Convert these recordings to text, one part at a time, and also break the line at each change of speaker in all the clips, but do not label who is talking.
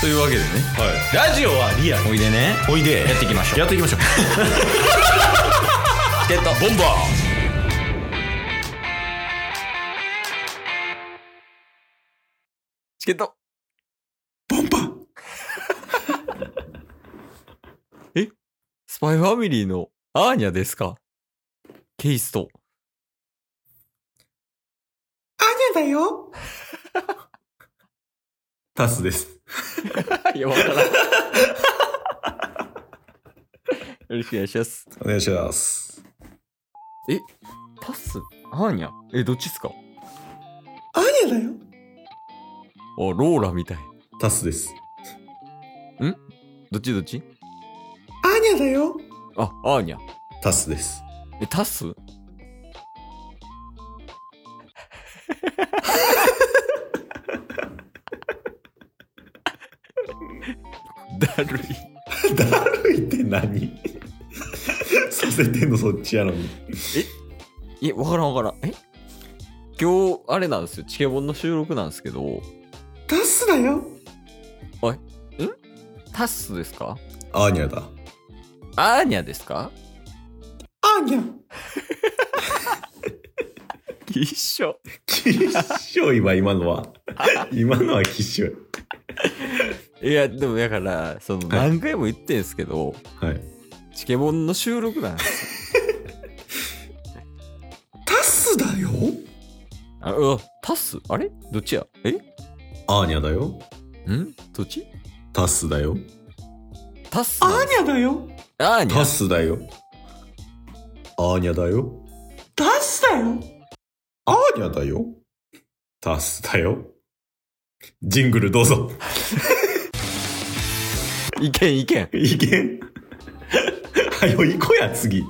というわけでね
ラジオはリアル
おいでね
おいで
やっていきましょう
やっていきましょう
チケットボンバーチケットボンバーえスパイファミリーのアーニャですかケイスト
アーニャだよ。
タスです
いや、わ からん。よろしくお願いします。
お願いします
パスアーニャえ、どっちっすかあ、
アーニャだよ。
ローラみたい。
タスです
どっちどっち
アーニャだよ。
あ、アーニャ。
タスです
え、タス だるい。
だるいって何させてんのそっちやのに
え、わからんわからん。え今日、あれなんですよ。チケボンの収録なんですけど、
ダスだよ。
タスですか
アーニャだ
アーニャですか
アーニャ。
一緒。
きっしょ今今のは今のはきっしょ
いや、でもだから、その、
はい
何回も言ってんすけど、
はい
チケボンの収録なんです。
ダスだよ。
あ、うわ、タスあれどっちやえ
アーニャだよ
んどっち
タスだよ
タス
アーニャだよ。
アーニ
タ
ャ
スだよアーニャだよ
ダスだよ。
アーニャだよタスだよジングルどうぞ
いけんいけん。
いけんはよ行こうや次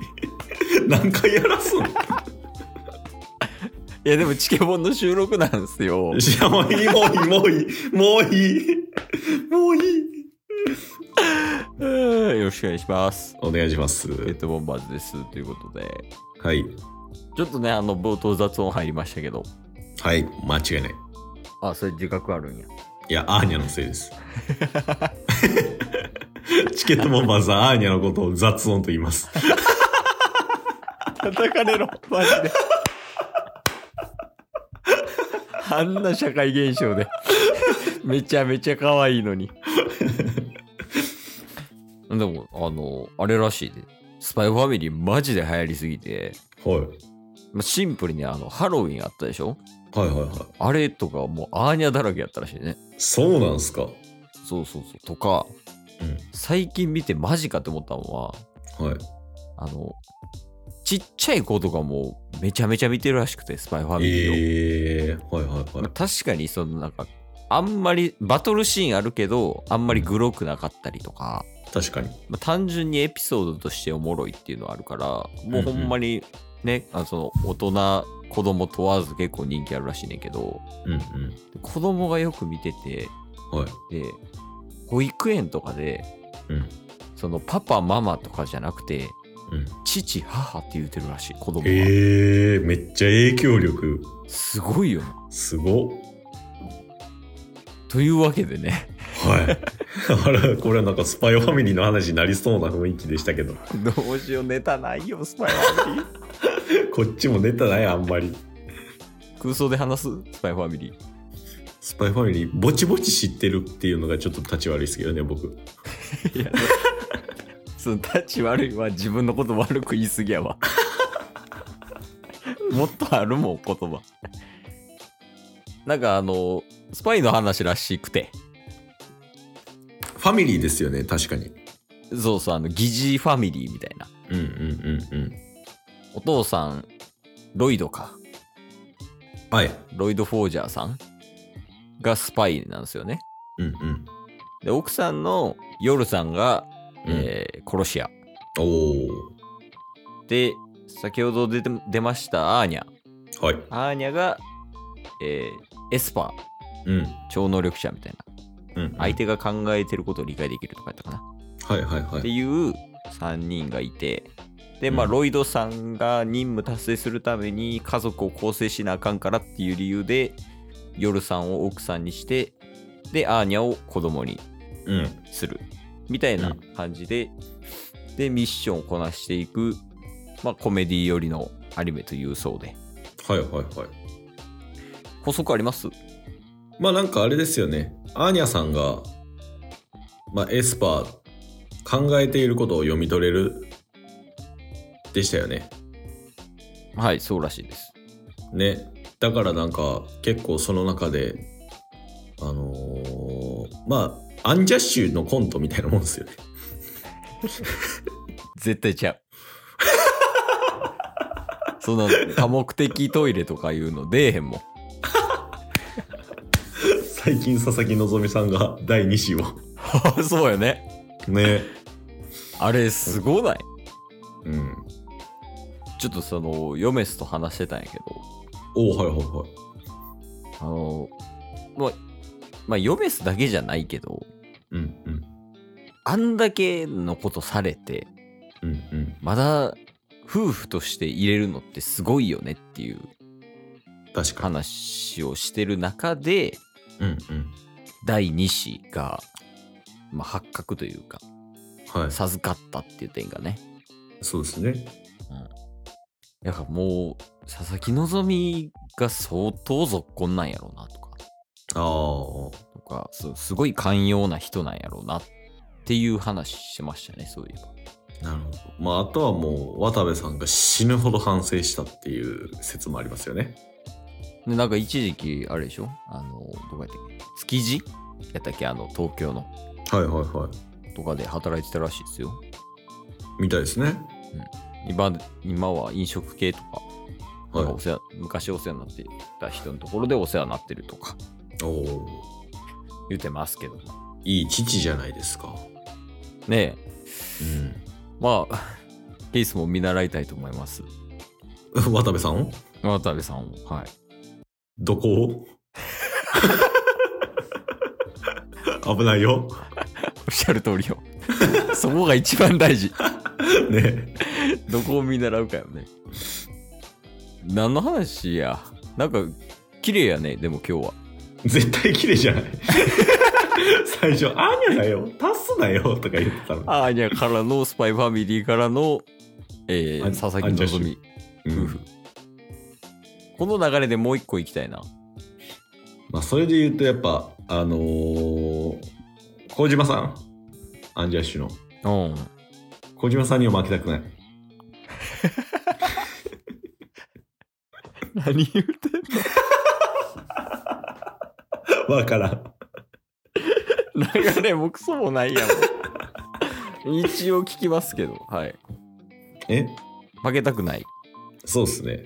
何回やらすん
いや、でもチケボンの収録なんですよ。
いやもういいもういいもういいもういいもういい
うんよろしくお願いします。
お願いします
レッドボンバーズです。ということで、
はい
ちょっとね、あの、冒頭雑音入りましたけど、
はい間違いない
あ、それ自覚あるんや。
いやアーニャのせいです チケットボンバーさんアーニャのことを雑音と言います
叩かれろ、マジで。あんな社会現象で。めちゃめちゃ可愛いのに。でも、あの、あれらしいで。スパイファミリーマジで流行りすぎて、
はい
まあシンプルにあの、ハロウィンあったでしょ
はいはいはい
あれとかもうアーニャだらけやったらしいね。
そうなんすか
そうそうそう。とか、
うん
最近見てマジかって思ったのは、
はい
あの、ちっちゃい子とかもめちゃめちゃ見てるらしくて、スパイファミリーを。
ええはいはい
ま
は
あ確かにそのなんかあんまりバトルシーンあるけどあんまりグロくなかったりとか、
い確かに
まあ単純にエピソードとしておもろいっていうのはあるからもうほんまにね、あのその大人子供問わず結構人気あるらしいねんけど
うんうん
子供がよく見てて
はい
で保育園とかで
うん
そのパパママとかじゃなくて
うん
父母って言うてるらしい子供が、
ええめっちゃ影響力
すごいよな
すごっ
というわけでね
はいあらこれはなんかスパイファミリーの話になりそうな雰囲気でしたけど
どうしようネタないよスパイファミリー
こっちもネタないあんまり
空想で話すスパイファミリー
スパイファミリーぼちぼち知ってるっていうのがちょっと立ち悪いですけどね僕
いや、その立ち悪いは自分のこと悪く言いすぎやわ。もっとあるもん、言葉。なんかあの、スパイの話らしくて、
ファミリーですよね確かに
そうそう、あの、疑似ファミリーみたいな。
うんうんうんうん
お父さん、ロイドか。
はい
ロイド・フォージャーさんがスパイなんですよね。
うんうん
で、奥さんのヨルさんが、えー殺し屋。
おお
で、先ほど出て出ましたアーニャ。
はい
アーニャが、えーエスパー。
うん
超能力者みたいな
うん
相手が考えてることを理解できるとかやったかな、
はいはいは
って
い
いう3人がいてでまあ
うん
ロイドさんが任務達成するために家族を構成しなあかんからっていう理由でヨルさんを奥さんにしてでアーニャを子供に
うん。
するみたいな感じで、でミッションをこなしていく、まあ、コメディ寄りのアニメというそうで
はいはいはい。
補足あります
まあなんかあれですよね。アーニャさんが、まあエスパー、考えていることを読み取れる、でしたよね。
はいそうらしいです
ね。だからなんか結構その中で、あのーまあ、アンジャッシュのコントみたいなもんですよね。
絶対ちゃう その多目的トイレとかいうの出えへんもん
最近佐々木希さんが第2子を。
あ そうよね
ね。
あれすごない
うん。
ちょっとそのヨメスと話してたんやけど
おおはいはいはい。
あのまあまあヨメスだけじゃないけど
うんうん。
あんだけのことされて
うんうん。
まだ夫婦として入れるのってすごいよねっていう
確かに。
話をしてる中で
うんうん。
第2子が、まあ、発覚というか
はい。
授かったっていう点がね
そうですね。
だからもう佐々木希が相当ぞっこんなんやろうなとか
ああ。
とかそうすごい寛容な人なんやろうなっていう話してましたねそういえば
なるほど。まあ、あとはもう、渡部さんが死ぬほど反省したっていう説もありますよね。
でなんか一時期あれでしょあのどこやったっけ築地やったっけあの東京の
はいはいはい。
とかで働いてたらしいですよ
みたいですね。
今今は飲食系とか
は
なん
い。
かお世話昔お世話になってた人のところでお世話になってるとか
おお。
言ってますけど
いい父じゃないですか。
ね
う
えまあ ケースも見習いたいと思います
ん。 渡部さん
渡部さんをはい
どこ を危ないよ。
おっしゃる通りよ そこが一番大事
ね。
どこを見習うかよね何の話やなんか綺麗やねでも今日は
絶対綺麗じゃない。最初、アーニャだよ、タスだよとか言ってたの。
アーニャからのスパイファミリーからの、えー
あん
佐々木
アンジ
希
う
夫婦、この流れでもう一個行きたいな
まあ、それで言うと、やっぱ、あのー、小島さん、アンジャッシュの。
うん
小島さんには負けたくない。
何言うてんの
わからん。
流れもクソもないや ろ一応聞きますけどはい
え
負けたくない
そうっすね。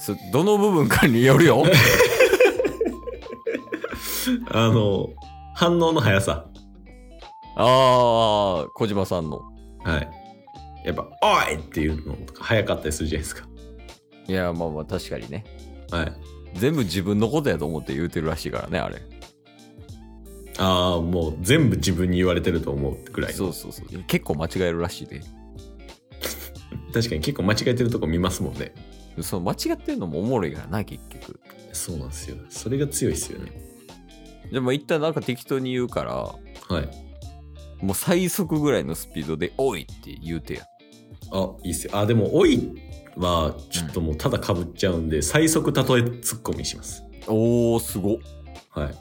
そどの部分かによる よ
あの、反応の速さ。
ああ小島さんの
はい。やっぱ、おいっていうのとか早かったりするじゃないですか。
いやまあまあ確かにね
はい。
全部自分のことやと思って言うてるらしいからねあれ
ああ、もう全部自分に言われてると思うってくらい。
そうそうそう結構間違えるらしいで
確かに結構間違えてるとこ見ますもんね。
その間違ってるのもおもろいからな結局
そうなんですよ。それが強いっすよね。
でも一旦なんか適当に言うから
はい。
もう最速ぐらいのスピードで「おい!」って言うてや
あ、いいっすよ。あ、でも、おいは、ちょっともうただ被っちゃうんで、最速たとえツッコミします。
おおすごっ
はい。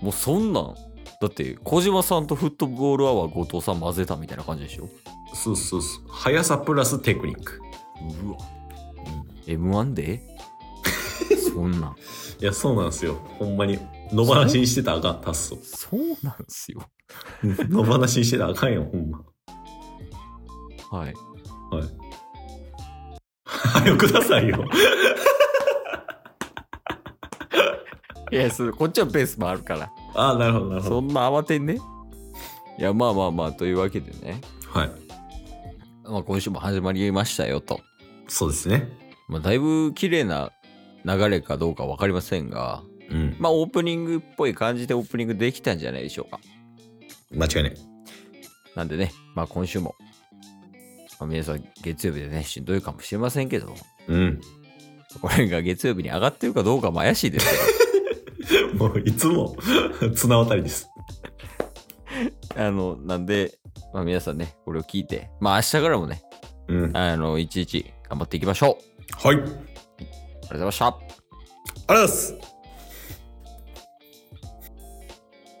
もうそんなんだって小島さんとフットボールアワー後藤さん混ぜたみたいな感じでしょ
そうそうそう。速さプラステクニック。
うわ m 1で そんなん。
いや、そうなんですよ。ほんまに。野放しにしてたらあかん、タッソ
そうなんすよ
野放しにしてたらあかんよ、ほんま。
はい
はい。早くください よ。
いやそれこっちはペースもあるから
あなるほど、なるほ
そ
ど。
んな慌てんねいやまあまあまあというわけでね、
はい。
まあ、今週も始まりましたよと、
そうですね。
まあ、だいぶ綺麗な流れかどうか分かりませんが
うん。
まあオープニングっぽい感じでオープニングできたんじゃないでしょうか
間違いない。
なんでね、まあ今週も、まあ、皆さん月曜日でね、しんどいかもしれませんけど、
うん。
これが月曜日に上がってるかどうかも怪しいですけ
もう、いつも、綱渡りです。
あの、なんで、まあ皆さんね、これを聞いて、まあ明日からもね、
うん。
あの、いちいち頑張っていきましょう。
はい。ありがとう
ありがとうございました。
ございます。ありがと